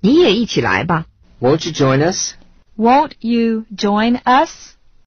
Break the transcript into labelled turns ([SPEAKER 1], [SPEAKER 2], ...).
[SPEAKER 1] 你也一起来吧。
[SPEAKER 2] Won't you join us?
[SPEAKER 3] Won't you join us?